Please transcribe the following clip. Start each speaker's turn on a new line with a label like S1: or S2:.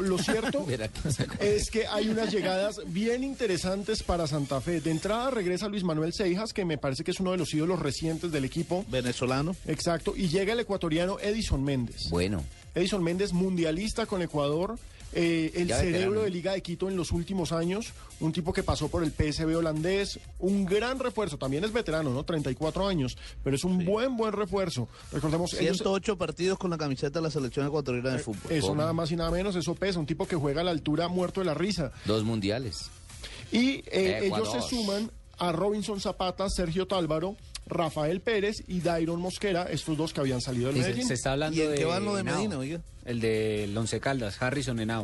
S1: lo cierto
S2: Eh,
S1: es que hay unas llegadas bien interesantes para Santa Fe. De entrada regresa Luis Manuel Seijas, que me parece que es uno de los ídolos recientes del equipo.
S2: Venezolano.
S1: Exacto. Y llega el ecuatoriano Edison Méndez.
S3: Bueno.
S1: Edison Méndez, mundialista con Ecuador, eh, el
S3: Ya veterano.
S1: cerebro de Liga de Quito en los últimos años, un tipo que pasó por el PSV holandés, un gran refuerzo, también es veterano, ¿no? 34 años, pero es un buen, buen refuerzo. Recordemos, ellos-
S2: 108 partidos con la camiseta de la selección ecuatoriana de fútbol.
S1: eso nada más y nada menos, eso pesa, un tipo que juega a la altura muerto de la risa.
S3: Dos mundiales.
S1: Y eh, ellos
S3: Ecuador.
S1: se suman a Robinson Zapata, Sergio Tálvaro, Rafael Pérez y Dairon Mosquera, estos dos que habían salido del
S4: Sí, se,
S1: Medellín.
S4: se está hablando
S2: ¿Y en
S4: de
S2: qué van lo de
S4: Henao,
S2: Medina, oiga?
S4: El del Once Caldas, Harrison Henao.